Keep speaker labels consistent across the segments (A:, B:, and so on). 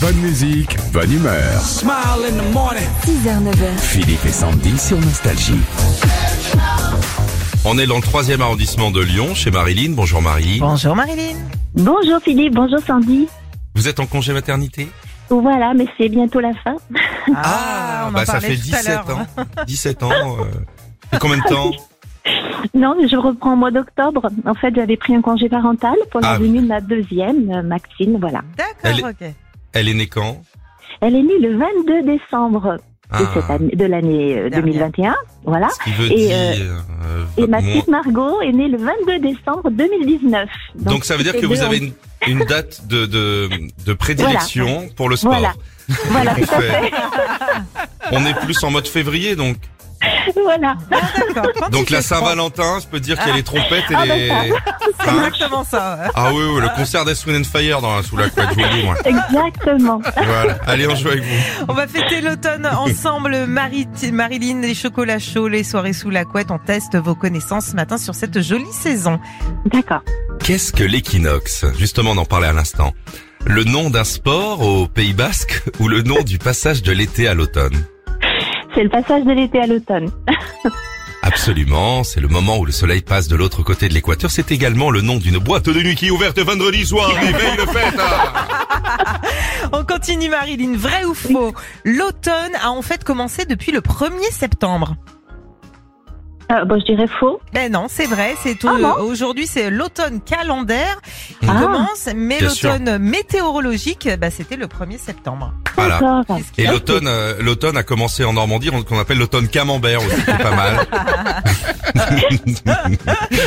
A: Bonne musique, bonne humeur.
B: 6h, 9h.
A: Philippe et Sandy sur Nostalgie.
C: On est dans le troisième arrondissement de Lyon, chez Marilyn. Bonjour Marie.
D: Bonjour Marilyn.
E: Bonjour Philippe, bonjour Sandy.
C: Vous êtes en congé maternité
E: Voilà, mais c'est bientôt la fin. Ah,
D: Ah, on en
C: Ah, bah ça
D: parlait
C: fait
D: tout à
C: 17
D: l'heure.
C: ans. 17 ans. euh, et combien de temps
E: Non, je reprends au mois d'octobre. En fait, j'avais pris un congé parental pour la
C: Ah oui.
E: venue de ma deuxième, euh, Maxine, voilà.
C: Elle
D: D'accord, ok.
C: Elle est née quand Ah,
E: Elle est née le 22 décembre de, cette année, de l'année euh,
D: Dernière.
E: 2021, voilà.
C: Ce qui veut
E: Et,
C: dire. euh,
E: Et ma
C: moins-
E: petite Margot est née le 22 décembre 2019.
C: Donc ça veut dire
E: toutes
C: que
E: les
C: vous
E: deux,
C: avez une, une date de, de, de prédilection pour le sport.
E: Voilà. on- Voilà, tout à fait.
C: On est plus en mode février donc.
E: voilà.
D: Ah, D'accord. Quand
C: Donc
D: il
C: la
D: fait froid,
C: Saint-Valentin, je peux dire qu'il y a les trompettes et
E: Ah, bah,
C: les.
D: C'est
C: Hein
D: exactement ça. ouais.
C: ah oui, oui, le concert des Swing and Fire dans la, sous la couette, je vous le dis, moi.
E: Exactement.
C: Voilà. Allez, on joue avec vous.
D: On va fêter l'automne ensemble, Marie- Marilyn, les chocolats chauds, les soirées sous la couette. On teste vos connaissances ce matin sur cette jolie saison.
E: D'accord.
C: Qu'est-ce que l'équinoxe Justement, on en parlait à l'instant. Le nom d'un sport au Pays Basque ou le nom du passage de l'été à l'automne
E: C'est le passage de l'été à l'automne.
C: Absolument, c'est le moment où le soleil passe de l'autre côté de l'équateur. C'est également le nom d'une boîte de nuit qui est ouverte vendredi soir. et veille le fête ah
D: On continue, Marilyn. Vrai ou faux L'automne a en fait commencé depuis le 1er septembre.
E: Euh, bon, je dirais faux.
D: Ben non, c'est vrai. C'est tout.
E: Ah bon
D: Aujourd'hui, c'est l'automne calendaire qui
E: Ah.
D: commence, mais
C: Bien sûr.
D: l'automne météorologique, bah, c'était le 1er septembre.
C: Voilà.
E: D'accord.
D: Qu'est-ce qu'il
C: Et
D: y a
C: l'automne, euh, l'automne a commencé en Normandie, on- qu'on appelle l'automne camembert aussi, c'est pas mal.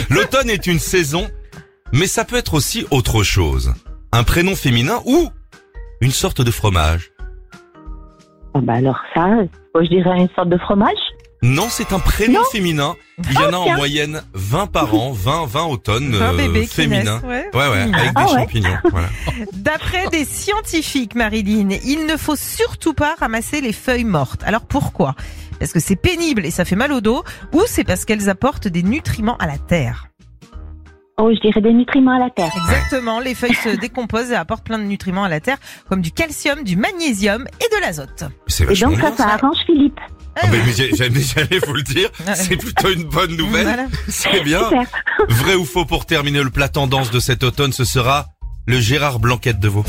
C: l'automne est une saison, mais ça peut être aussi autre chose. Un prénom féminin ou une sorte de fromage.
E: Ah bah alors ça, euh, bon, je dirais une sorte de fromage.
C: Non, c'est un prénom féminin. Il y en a en
E: Oh, tiens.
C: moyenne 20 par an, 20, 20 automnes
D: Un
C: euh,
D: bébé qui naît,
C: féminins.
D: ouais.
C: Ouais, Hmm. ouais, avec
E: Ah
C: des
E: ouais.
C: champignons. Voilà.
D: D'après des scientifiques, Marilyn, il ne faut surtout pas ramasser les feuilles mortes. Alors pourquoi Parce que c'est pénible et ça fait mal au dos, ou c'est parce qu'elles apportent des nutriments à la terre.
E: Oh, je dirais des nutriments à la terre.
D: Exactement, les feuilles se décomposent et apportent plein de nutriments à la terre, comme du calcium, du magnésium et de l'azote.
C: C'est
E: Et
C: vachement
E: donc euh,
C: bien.
E: ça, ça arrange Philippe.
C: Ah, mais j'ai- j'ai- J'allais vous le dire, c'est plutôt une bonne nouvelle.
D: Euh, Voilà.
C: C'est bien.
E: Super.
C: Vrai ou faux pour terminer le plat tendance de cet automne, ce sera le Gérard Blanquette de Vaud.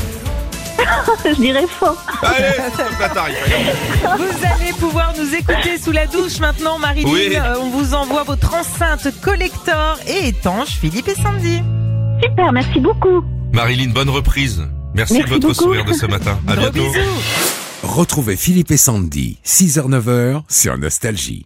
E: Je dirais faux.
C: Allez, c'est le plat tarif.
D: Vous allez pouvoir nous écouter sous la douche maintenant, Marilyn.
C: Oui.
D: Euh, On vous envoie votre enceinte collector et étanche, Philippe et Sandy.
E: Super, merci beaucoup.
C: Marilyn, bonne reprise. Merci,
E: Merci
C: de votre
E: beaucoup.
C: sourire de ce matin. À
D: Gros
C: bientôt.
D: bisous.
A: Retrouvez Philippe et Sandy, 6h-9h sur Nostalgie.